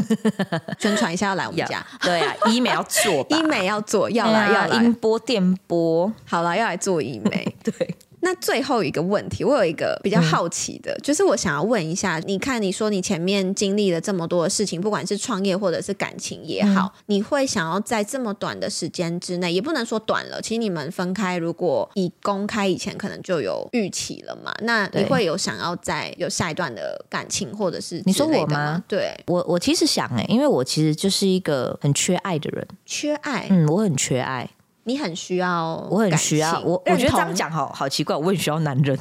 A: 宣传一下要来我们家，
B: 对啊，医美要做吧，
A: 医美要做，要啦、
B: 哎呀
A: 要来
B: 音，波电波，
A: 好啦，要来做医美。
B: 对。
A: 那最后一个问题，我有一个
B: 嗯
A: 比较好奇的，就是我想要问一下，你看你说你前面经历了这么多的事情，不管是创业或者是感情也
B: 嗯
A: 好，你会想要在这么短的时间之内，也不能说短了，其实你们分开，如果以公开以前可能就有预期了嘛，那你
B: 对
A: 会有想要在有下一段的感情或者是
B: 你说
A: 之类
B: 我
A: 的
B: 吗？
A: 对，
B: 我我其实想哎、因为我其实就是一个很缺爱的人，
A: 缺爱，
B: 嗯，我很缺爱，
A: 你很需要，
B: 我很需要，我我觉得这样。讲好好奇怪，我很需要男人，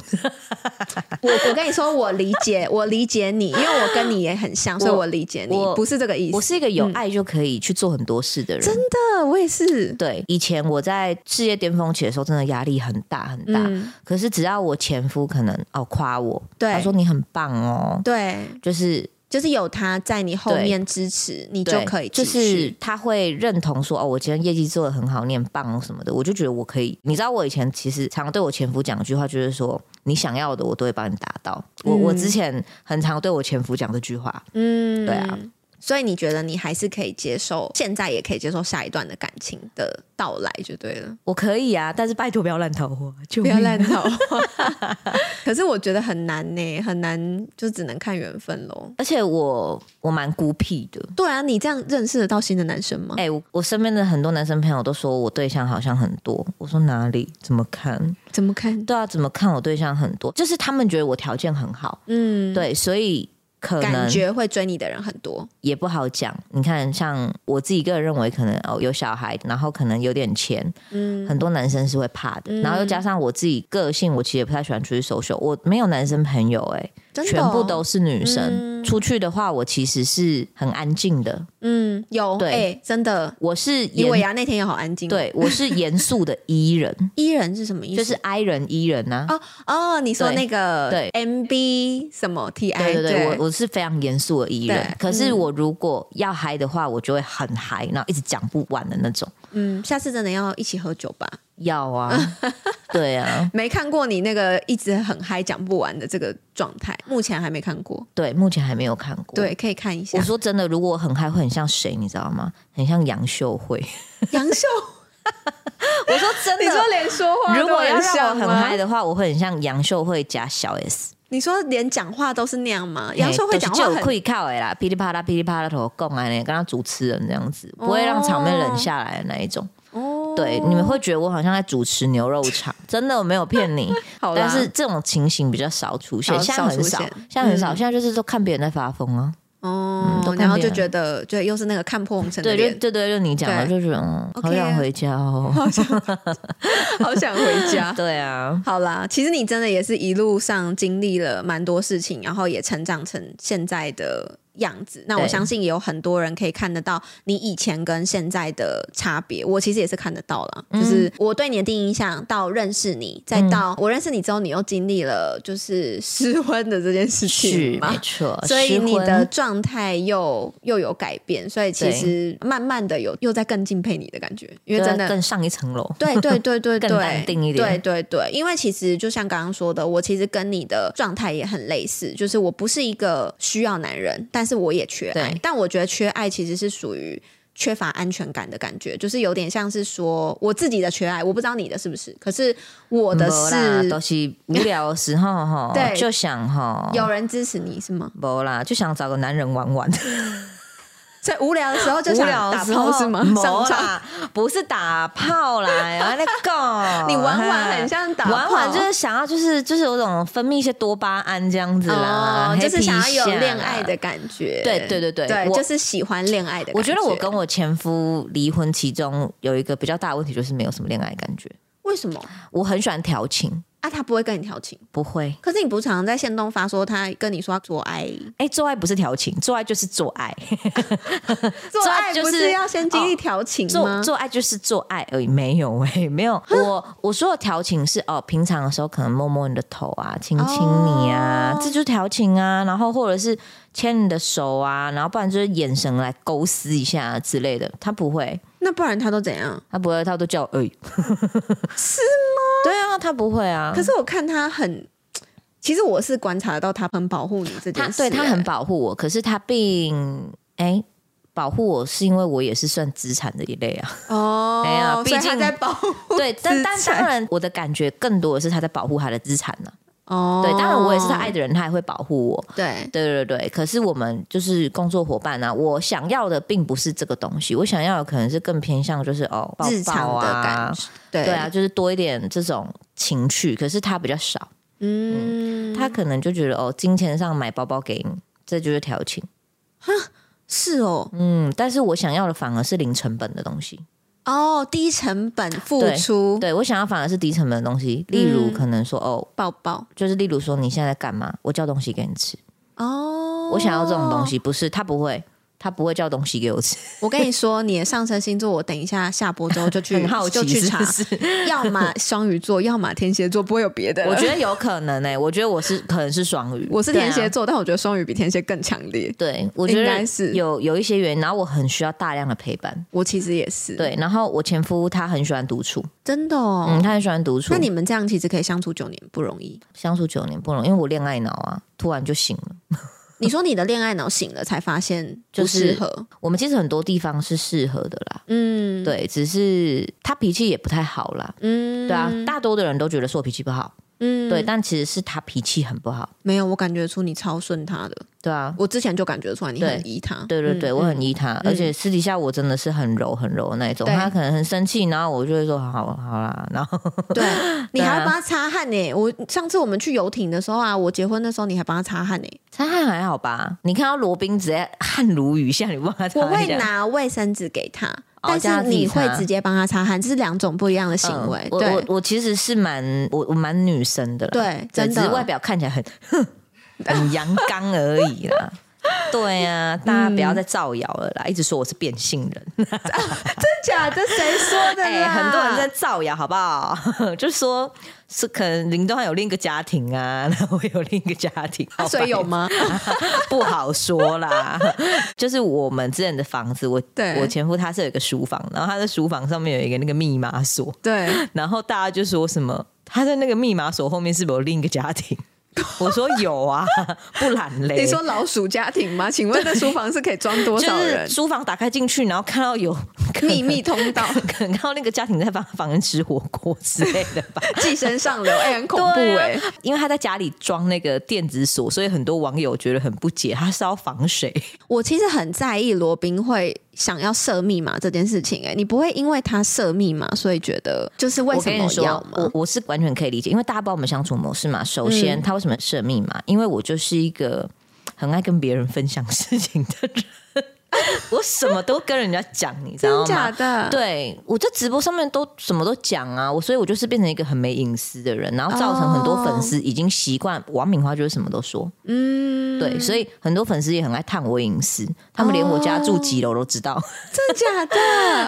A: 我我跟你说，我理解，我理解你，因为我跟你也很像，所以
B: 我
A: 我理解你，
B: 我
A: 不是这个意思。嗯
B: 我是一个啊有爱就可以去做很多事的人。
A: 真的，我也是。
B: 对，以前我在事业巅峰期的时候，真的压力很大很大。
A: 嗯，
B: 可是只要我前夫可能哦夸我，
A: 对
B: 他说你很棒哦，
A: 对，
B: 就是
A: 就是有他在你后面支持，你就
B: 对
A: 可以继
B: 就是
A: 续。
B: 他会认同说哦，我今天业绩做的很好，你很棒哦什么的，我就觉得我可以。你知道我以前其实常对我前夫讲一句话，就是说你想要的我都会帮你达到。我、
A: 嗯
B: 我之前很常对我前夫讲这句话，
A: 嗯，
B: 对啊。
A: 所以你觉得你还是可以接受，现在也可以接受下一段的感情的到来就对了，
B: 我可以啊，但是拜托不要烂桃花，就
A: 不要 烂桃花。可是我觉得很难呢、很难，就只能看缘分喽。
B: 而且我我蛮孤僻的，
A: 对啊，你这样认识得到新的男生吗？
B: 哎、我我身边的很多男生朋友都说我对象好像很多，我说哪里？怎么看？
A: 怎么看？
B: 对啊，怎么看我对象很多？就是他们觉得我条件很好，
A: 嗯，
B: 对，所以可
A: 感
B: 能
A: 觉会追你的人很多，
B: 也不好讲。你看，像我自己个人认为，可能哦有小孩，然后可能有点钱，
A: 嗯，
B: 很多男生是会怕的。然后又加上我自己个性，我其实也不太喜欢出去 social，我没有男生朋友、欸，
A: 真的
B: 全部
A: 哦
B: 都是女生。
A: 嗯
B: 出去的话，我其实是很安静的，
A: 嗯有
B: 对
A: 哎真的，
B: 我是
A: 李尾
B: 严，
A: 牙那天也好安静，，哦
B: 对我是严肃的 E 人，
A: 伊人是什么意思？
B: 就是 I 人 E 人呐、
A: 哦哦，你说
B: 对
A: 那个
B: 对
A: MB 什么 TI？
B: 对对对，我我是非常严肃的 E 人
A: 哎对，嗯
B: 可是我如果要嗨的话，我就会很嗨，然后一直讲不完的那种。
A: 嗯，下次真的要一起喝酒吧。
B: 要啊，对啊，
A: 没看过你那个一直很嗨讲不完的这个状态，目前还没看过。
B: 对，目前还没有看过。，
A: 对，可以看一下
B: 我。说真的，如果我很嗨，会很像谁，你知道吗？很像杨秀慧。
A: 杨秀，
B: 我说真
A: 你说
B: 的，
A: 连说话
B: 如
A: 都
B: 果要
A: 很
B: 让
A: 像
B: 我
A: 吗
B: 很嗨，的话，我会很像杨秀慧加小 S。
A: 你说连讲话都是那样吗？杨秀慧讲话
B: 就
A: 很
B: 会靠哎啦，噼里啪啦噼里啪啦头供啊，跟他主持人这样子，不会让场面冷下来的那一种。
A: 哦
B: 对，你们会觉得我好像在主持牛肉场，真的我没有骗你。
A: 好啦，
B: 但是这种情形比较少出现，
A: 少
B: 现在很
A: 少
B: 少
A: 出现，
B: 现在很少，
A: 嗯
B: 现在就是都看别人在发疯啊。
A: 哦
B: 嗯都，看
A: 然后
B: 别
A: 就
B: 人
A: 觉得，就又是那个看破红尘的
B: 对，就
A: 脸，
B: 对对，就你讲的，就
A: 对
B: 是嗯，好
A: OK 啊
B: 想回家哦。
A: 好想回家。
B: 对啊，
A: 好啦，其实你真的也是一路上经历了蛮多事情，然后也成长成现在的样子。那我
B: 对
A: 相信也有很多人可以看得到你以前跟现在的差别。我其实也是看得到啦，
B: 嗯
A: 就是我对你的第一印象到认识你，再到我认识你之后，你又经历了就是失婚的这件事
B: 是
A: 情嘛
B: 没。错。
A: 所以
B: 呃失
A: 你
B: 婚
A: 的状态又又有改变，所以其
B: 对
A: 实慢慢的有又在更敬佩你的感觉，因为
B: 对啊
A: 真的
B: 更上一层楼。
A: 对对对 对对，
B: 更淡定一点
A: 对对对，因为其实就像刚刚说的，我其实跟你的状态也很类似，就是我不是一个需要男人，但是我也缺爱
B: 对。
A: 但我觉得缺爱其实是属于。缺乏安全感的感觉，就是有点像是说我自己的缺爱，我不知道你的是不是，可是我的
B: 没啦
A: 是，
B: 都是无聊的时候哈
A: 对
B: 就想哈，
A: 有人支持你是吗？
B: 没啦，就想找个男人 玩玩。
A: 所以无聊的时候就
B: 无
A: 想
B: 聊的
A: 打
B: 时候
A: 炮是吗？
B: 没
A: 上 床
B: 啦，不是打炮啦，然后那个
A: 你玩玩很像打炮，
B: 玩玩就是想要就是就是有种分泌一些多巴胺这样子啦，
A: 哦，就是想
B: happy 一
A: 要
B: 下
A: 有
B: 啦
A: 恋爱的。感觉。
B: 对对对对
A: 对，
B: 我
A: 就是喜欢恋爱的感
B: 我觉得我跟我前夫离婚，其中有一个比较大的问题就是没有什么恋爱感觉。
A: 为什么
B: 我很喜欢调情，
A: 啊？他不会跟你调情，
B: 不会。
A: 可是你不是常常在线动发说他跟你说他做爱，
B: 哎，做爱不是调情，做爱就是做爱，
A: 做爱
B: 就
A: 不
B: 是
A: 是要先经历调情
B: 做
A: 吗？
B: 做爱就是做爱而已，没有哎、没 有。我我说的调情是哦，平常的时候可能摸摸你的头啊，亲亲你啊，
A: 哦
B: 这就是调情啊。然后或者是牵你的手啊，然后不然就是眼神来勾丝一下之类的。他不会，
A: 那不然他都怎样？
B: 他不会，他都叫我哎、是吗？ 对啊，他不会啊。
A: 可是我看他很，其实我是观察到他很保护你这件
B: 他
A: 事、
B: 对他很
A: 欸
B: 保护我，可是他并哎、保护我是因为我也是算资产的一类 啊。
A: 哦，
B: 哎呀
A: 所以
B: 毕
A: 他
B: 竟
A: 在保护
B: 对，但
A: 资
B: 但
A: 产
B: 当然，我的感觉更多的是他在保护他的资产啊呢、
A: 哦
B: 对，当然我也是他爱的人，他也会保护我。
A: 对
B: 对对对，可是我们就是工作伙伴啊，我想要的并不是这个东西，我想要的可能是更偏向就是哦，抱抱啊、
A: 日常的感觉，对
B: 对啊，，就是多一点这种情趣。可是他比较少，
A: 嗯，
B: 他可能就觉得哦，金钱上买包包给你，这就是调情。
A: 是哦，
B: 嗯，但是我想要的反而是零成本的东西，
A: 哦，低成本付出
B: 对我想要反而是低成本的东西，例如
A: 嗯
B: 可能说哦，
A: 抱抱
B: 就是例如说你现在在干嘛，我叫东西给你吃，
A: 哦，
B: 我想要这种东。西，不是他不会，他不会叫东西给我吃，
A: 我跟你说，你的上升星座，我等一下下播之后就去，
B: 很好奇
A: 就去
B: 是
A: 查
B: 不， 是？
A: 要么 双鱼座，要么天蝎座，不会有别的了。
B: 我觉得有可能呢、欸我觉得我是可能是双鱼，
A: 我是天蝎
B: 座。
A: 座，但我觉得双鱼比天蝎更强烈。
B: 对，我觉
A: 应该
B: 得
A: 是
B: 有有一些原因，然后我很需要大量的陪伴。
A: 我其实也是，，
B: 对，然后我前夫他很喜欢独处，
A: 真的哦。
B: 嗯，他很喜欢独处。
A: 那你们这样其实可以相处九年，不容易。
B: 相处九年不容易，因为我恋爱脑啊，突然就醒了。
A: 你说你的恋爱脑醒了才发现
B: 就
A: 不
B: 是
A: 适合，
B: 我们其实很多地方是适合的啦，
A: 嗯，，
B: 对，只是他脾气也不太好啦。啊
A: 嗯，
B: 对啊，大多的人都觉得说我脾气不好，
A: 嗯，
B: 对，但其实是他脾气很不好，
A: 没有，我感觉出你超顺他的，
B: 对啊。
A: 我之前就感觉出来你很
B: 对
A: 依他，
B: 对对对，
A: 嗯
B: 我很依他，而且私底下我真的是很柔很柔的那一种。
A: 对
B: 他可能很生气，然后我就会说好好啦，然 后
A: 对，你还
B: 对啊
A: 会帮他擦汗呢、我上次我们去游艇的时候啊，我结婚的时候你还帮他擦汗呢、
B: 擦汗还好吧？你看到罗宾直接汗如雨下，你帮他擦
A: 我会
B: 一下
A: 拿卫生纸给他，
B: 哦
A: 但
B: 叫他
A: 是
B: 自己
A: 你会
B: 擦
A: 直接帮他擦汗，这是两种不一样的行为。
B: 嗯我 我
A: 对
B: 我其实是蛮我我蛮女生的啦，
A: 对，真
B: 只是
A: 的
B: 外表看起来很很阳刚而已 啦。对呀、啊，大家不要再造谣了啦！一直说我是变性人，
A: 假的，谁说的啊
B: 哎、
A: 啦？
B: 很多人在造谣，好不好？ 就说是可能林东汉有另一个家庭啊， 然后我有另一个家庭，
A: 啊，所以有 吗？
B: 不好说啦。 就是我们之前的房子，我
A: 对
B: 我前夫他是有一个书房，然后他的书房上面有一个那个密码锁，
A: 对，
B: 然后大家就说什么他在那个密码锁后面是不是有另一个家庭？ 我说有啊， 不然嘞。
A: 你说老鼠家庭吗？请问那书房是可以装多
B: 就
A: 少
B: 是
A: 人？
B: 书房打开进去，然后看到有
A: 秘密通 道，
B: 可能看到那个家庭在房房间吃火锅之类的吧。
A: 寄生上流，哎、很恐怖
B: 对
A: 哎、
B: 啊因为他在家里装那个电子锁，所以很多网友觉得很不解，他是要防谁？
A: 我其实很在意罗宾会想要设密码这件事情、哎，你不会因为他设密码，所以觉得就是为
B: 我
A: 什
B: 跟你
A: 么要
B: 说，
A: 吗嗯
B: 我？我是完全可以理解，因为大家不知道我们相处模式嘛。首先，他为什么设密码？因为我就是一个很爱跟别人分享事情的人， 我什么都跟人家讲，你知道
A: 真假
B: 吗？
A: 的？
B: 对我在直播上面都什么都讲啊，我所以我就是变成一个很没隐私的人，然后造成很
A: 哦
B: 多粉丝已经习惯王敏花就是什么都说，嗯，对，所以很多粉丝也很爱探我隐私，他们连我家住几楼都知道，
A: 真假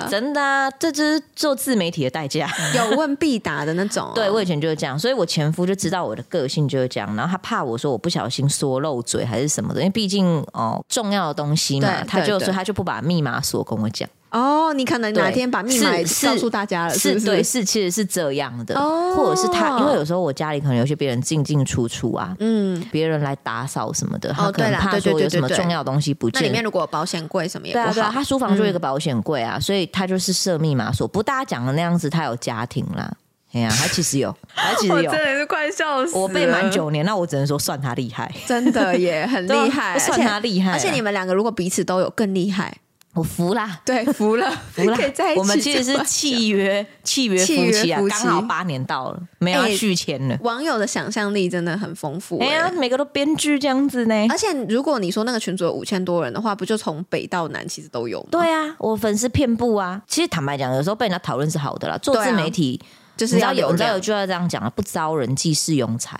A: 的？
B: 真的、啊，这就是做自媒体的代价。
A: 有问必答的那种、
B: 对，我以前就是这样，所以我前夫就知道我的个性就是这样，然后他怕我说我不小心说漏嘴还是什么的，因为毕竟哦重要的东西嘛，
A: 对
B: 他就
A: 对
B: 说他就不把密码锁跟我讲。
A: 哦，你可能哪
B: 对
A: 天把密码也
B: 是
A: 告诉大家了，
B: 是
A: 是不
B: 对，
A: 是？
B: 是其实是这样的，
A: 哦
B: 或者是他，因为有时候我家里可能有些别人进进出出啊，
A: 嗯，
B: 别人来打扫什么的，他
A: 哦
B: 可能
A: 对啦
B: 怕
A: 对对
B: 说
A: 对
B: 有什么
A: 对对
B: 重要的东西不
A: 那里
B: 见
A: 面。如果有保险柜什么也
B: 对
A: 不
B: 啊，
A: 好，嗯
B: 对啊，他书房就有一个保险柜啊，所以他就是设密码锁，不大家讲的那样子，他有家庭啦。哎呀、他其 实有，他其实有，
A: 哦的是快笑死
B: 哦我被瞒，九年，那我只能说算他厉害，
A: 真的也很
B: 对啊
A: 厉害，
B: 我
A: 而
B: 算
A: 且
B: 他厉害啊。
A: 而且你们两个如果彼此都有更厉害，
B: 我服啦，
A: 对，服了，
B: 服啦
A: 可以在一起。
B: 我们其实是契约契约夫
A: 契
B: 妻
A: 约
B: 啊
A: 夫，妻
B: 刚好八年到了，没有要
A: 哎
B: 续签了。
A: 网友的想象力真的很丰富、
B: 哎呀，
A: 哎
B: 每个都编剧这样子呢。
A: 而且如果你说那个群组有五千多人的话，不就从北到南其实都有吗？，
B: 对啊，我粉丝遍布啊。其实坦白讲，有时候被人家讨论是好的啦。做
A: 对啊
B: 自媒体，
A: 就
B: 你
A: 是
B: 知道
A: 要
B: 有，你知道有
A: 量
B: 句话这样讲啊，不招人忌是庸才，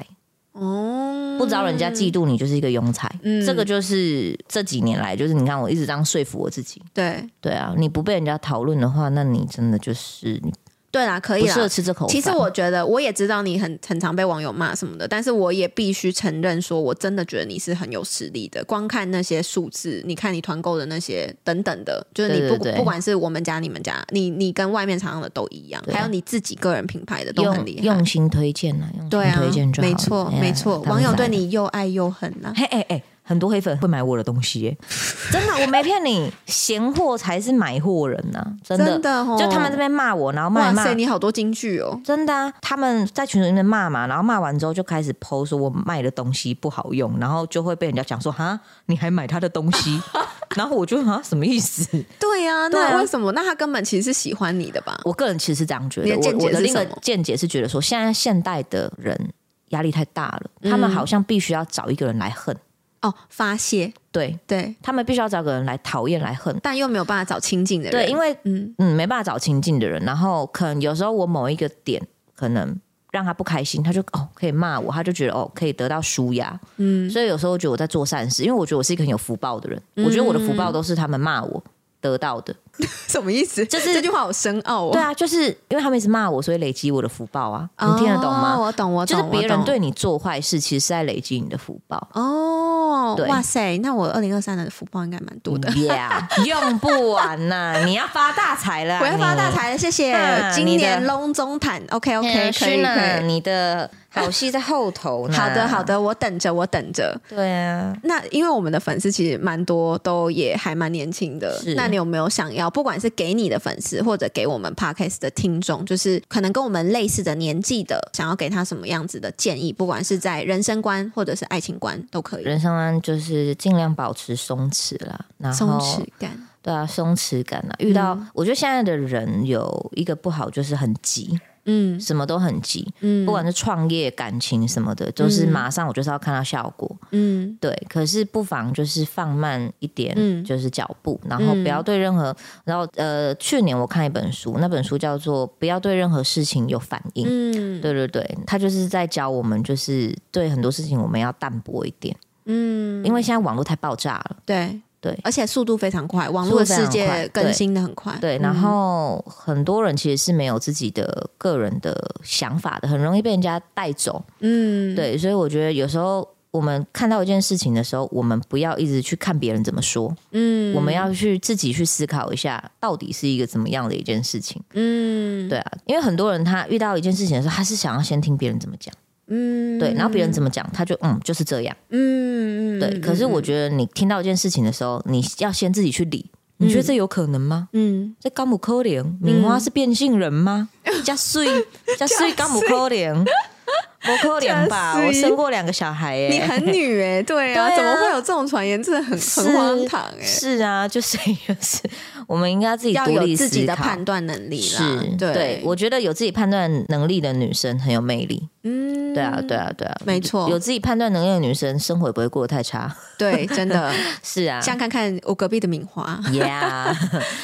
A: 哦，
B: 不招人家嫉妒你就是一个庸才。
A: 嗯
B: 这个就是这几年来，就是你看我一直这样说服我自己。
A: 对
B: 对啊，你不被人家讨论的话，那你真的就是你
A: 对啦，可
B: 不
A: 以
B: 适合
A: 啦。
B: 吃这口饭。
A: 其实我觉得，我也知道你很很常被网友骂什么的，但是我也必须承认，说我真的觉得你是很有实力的。光看那些数字，你看你团购的那些等等的，就是你不
B: 对对对
A: 不管是我们家、你们家，你你跟外面厂商的都一样，
B: 对
A: 还有你自己个人品牌的都很
B: 用
A: 厉害。
B: 用心推荐啊，用心
A: 对啊
B: 推荐，就好了
A: 没错
B: 哎呀
A: 没错，
B: 他们
A: 网友
B: 才
A: 对你又爱又恨啊呐、
B: 嘿哎哎，很多黑粉会买我的东西耶， 真的，我没骗你，闲货才是买货人呐、真的。
A: 真的哦，
B: 就他们这边骂我，然后骂
A: 哇
B: 一骂
A: 塞，，你好多京剧哦，
B: 真的啊，他们在群组里面骂嘛，然后骂完之后就开始剖说我卖的东西不好用，然后就会被人家讲说哈，你还买他的东西， 然后我就哈什么意思？
A: 对呀、
B: 对啊
A: 那为什么？那他根本其实是喜欢你的吧？
B: 我个人其实是这样觉
A: 你
B: 得，
A: 的见
B: 我
A: 解
B: 我的
A: 是
B: 另一个
A: 什么
B: 见解是觉得说，现在现代的人压力太大了，
A: 嗯
B: 他们好像必须要找一个人来恨，
A: 哦，发泄，
B: 对
A: 对，
B: 他们必须要找个人来讨厌来恨，
A: 但又没有办法找亲近的人，
B: 对，因为
A: 嗯，
B: 嗯，没办法找亲近的人，然后可能有时候我某一个点可能让他不开心，他就哦可以骂我，他就觉得哦可以得到舒压，
A: 嗯，
B: 所以有时候我觉得我在做善事，因为我觉得我是一个很有福报的人，我觉得我的福报都是他们骂我得到的，
A: 什么意思？
B: 就是
A: 这句话好深奥哦。
B: 对啊，就是因为他们一直骂我，所以累积我的福报啊，你听得懂
A: 哦
B: 吗？
A: 我懂，我
B: 就
A: 懂，
B: 是
A: 我
B: 别人
A: 懂
B: 对你做坏事，其实是在累积你的福报。
A: 哦
B: 对，
A: 哇塞，那我二零二三的福报应该蛮多的，
B: Yeah，用不完呐、你要发大财了啊、
A: 我要发嗯大嗯
B: 你
A: 财了，谢谢
B: 啊。
A: 今
B: 你的
A: 年隆中坦，OK
B: 嗯
A: OK，可以
B: 是呢
A: 可以。
B: 你的好戏在后头呢。
A: 好的，好，的，我等着，我等着。
B: 对啊，
A: 那因为我们的粉丝其实蛮多，都也还蛮年轻的
B: 是。
A: 那你有没有想要，不管是给你的粉丝或者给我们 podcast 的听众，就是可能跟我们类似的年纪的，想要给他什么样子的建议，不管是在人生观或者是爱情观都可以。
B: 人生观就是尽量保持松弛啦，然
A: 松
B: 后
A: 弛感，
B: 对啊，松弛感啊。遇到、
A: 嗯
B: 我觉得现在的人有一个不好就是很急，
A: 嗯
B: 什么都很急，
A: 嗯，
B: 不管是创业、感情什么的，就是
A: 嗯
B: 马上我就是要看到效果。
A: 嗯
B: 对，可是不妨就是放慢一点，
A: 嗯
B: 就是脚步，然后不要对任何，然后呃，去年我看一本书，那本书叫做《不要对任何事情有反应》。
A: 嗯
B: 对对对，他就是在教我们，就是对很多事情我们要淡薄一点，
A: 嗯，
B: 因为现在网络太爆炸了。
A: 对
B: 对
A: 而且速度非常快，网络的世
B: 速度非常快
A: 界
B: 对
A: 更新的很快，嗯
B: 对，然后很多人其实是没有自己的个人的想法的，很容易被人家带走。
A: 嗯，嗯，
B: 对，所以我觉得有时候我们看到一件事情的时候，我们不要一直去看别人怎么说，
A: 嗯，
B: 我们要去自己去思考一下，到底是一个怎么样的一件事情。
A: 嗯
B: 对啊，因为很多人他遇到一件事情的时候，他是想要先听别人怎么讲，
A: 嗯
B: 对，然后别人怎么讲，他就嗯就是这样，
A: 嗯嗯
B: 对。可是我觉得你听到一件事情的时候，你要先自己去理，你觉得这有可能吗？
A: 嗯
B: 这甘姆可怜，敏花是变性人吗？加税加税甘姆可怜，不可怜吧？
A: 加水
B: 我生过两个小孩耶、
A: 你很女哎、对啊，
B: 对啊
A: 怎么会有这种传言？真的很
B: 是
A: 很荒唐哎、
B: 是啊，就是就是，我们应该自己
A: 要
B: 独立
A: 有自
B: 思
A: 己的
B: 考
A: 判断能力啦
B: 是，，
A: 对，
B: 我觉得有自己判断能力的女生很有魅力。
A: 嗯
B: 对啊，对啊，对啊，
A: 没错
B: 有自己判断能力的女生，生活也不会过得太差。
A: 对，真 的，
B: 是啊
A: 像看看我隔壁的敏华，
B: ，Yeah，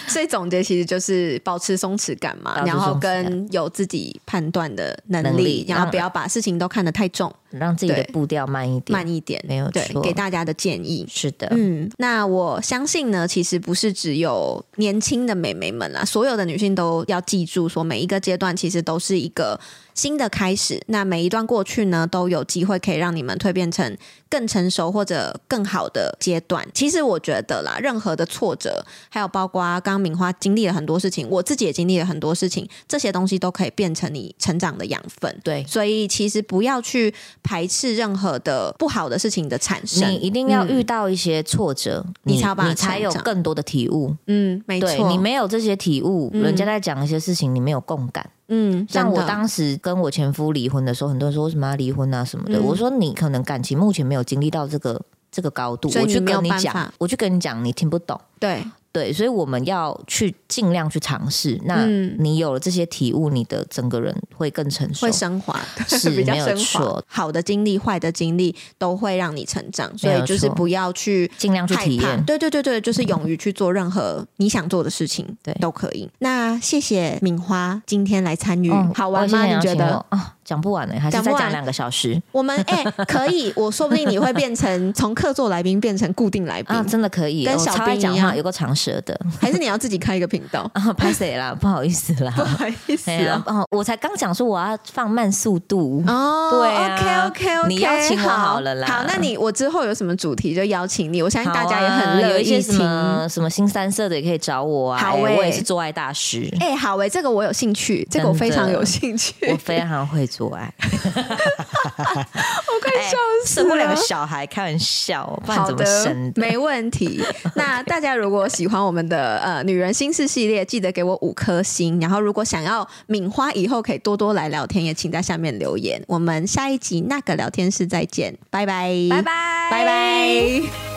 A: 所以总结其实就是保持松弛感
B: 保
A: 嘛，
B: 持
A: 然后
B: 松弛感
A: 跟有自己判断的能力，
B: 能力
A: 然后
B: 让
A: 不要把事情都看得太重，
B: 让自己的
A: 对
B: 步调慢一点。
A: 慢一点，
B: 没有
A: 对
B: 错，
A: 给大家的建议。
B: 是的，
A: 嗯，那我相信呢，其实不是只有年轻的美眉们啦，所有的女性都要记住，说每一个阶段其实都是一个新的开始。那每一段过去呢，都有机会可以让你们蜕变成更成熟或者更好的阶段。其实我觉得啦，任何的挫折，还有包括刚刚敏花经历了很多事情，我自己也经历了很多事情，这些东西都可以变成你成长的养分。
B: 对。
A: 所以其实不要去排斥任何的不好的事情的产生，
B: 你一定要
A: 嗯
B: 遇到一些挫折，
A: 你
B: 你
A: 才有办法
B: 你才有
A: 成长
B: 更多的体悟。
A: 嗯，没
B: 对
A: 错，
B: 你没有这些体悟，
A: 嗯
B: 人家在讲一些事情，你没有共感。
A: 嗯，
B: 像
A: 真
B: 我
A: 的
B: 当时跟我前夫离婚的时候，很多人说为什么要离婚啊什么的，
A: 嗯
B: 我说你可能感情目前没有经历到这个这个高度，
A: 所以
B: 我去
A: 你没有
B: 跟你
A: 办
B: 讲
A: 法，
B: 我去跟你讲，你听不懂。
A: 对，
B: 对，所以我们要去尽量去尝试。那
A: 嗯
B: 你有了这些体悟，你的整个人会更成熟
A: 会。升华，
B: 是
A: 比较
B: 没有
A: 升华
B: 错。
A: 好的经历、坏的经历都会让你成长，所
B: 没
A: 以
B: 有
A: 就是
B: 错
A: 不要去
B: 尽量去
A: 害
B: 体
A: 怕。
B: 验。
A: 对对对对，就是勇于去做任何你想做的事情，
B: 对
A: 都可以。那谢谢敏花今天来参与，
B: 嗯
A: 好
B: 我
A: 玩
B: 谢
A: 吗？
B: 谢
A: 你
B: 杨
A: 觉
B: 晴
A: 得
B: 我？啊，讲不完呢、还是
A: 讲不
B: 再
A: 完
B: 讲两个小时
A: 我们哎、可以，我说不定你会变成 从客座来宾变成固定来宾，
B: 啊？真的可以，
A: 跟
B: 我
A: 小
B: 超爱
A: 兵一
B: 讲话，
A: 样
B: 有个长舌的？
A: 还是你要自己开一个频道
B: 啊， 拍谁啦？不好意思啦，
A: 不好意思
B: 哎呀
A: 哦，
B: 哦，我才刚讲说我要放慢速度。
A: 哦，
B: 对啊
A: o k OK OK，
B: 你邀请我好了啦
A: 好，那你我之后有什么主题就邀请你，我相信大家也
B: 好
A: 很
B: 啊
A: 乐
B: 有一
A: 意
B: 些什
A: 听。
B: 么什么新三色的也可以找我啊。
A: 好
B: 哎
A: 欸
B: 我也是做爱大师，
A: 哎、好喂、这个我有兴趣，这个我非常有兴趣。
B: 我非常会做爱。哎我快笑
A: 死
B: 生过两个
A: 了
B: 小孩，开玩笑，不然
A: 好
B: 怎么生
A: 的，
B: 的？
A: 没问题。那大家如果喜欢我们的呃女人心事系列，记得给我五颗星。然后如果想要敏花以后可以多多来聊天，也请在下面留言。我们下一集那个聊天室再见，拜拜，
B: 拜拜，
A: 拜拜。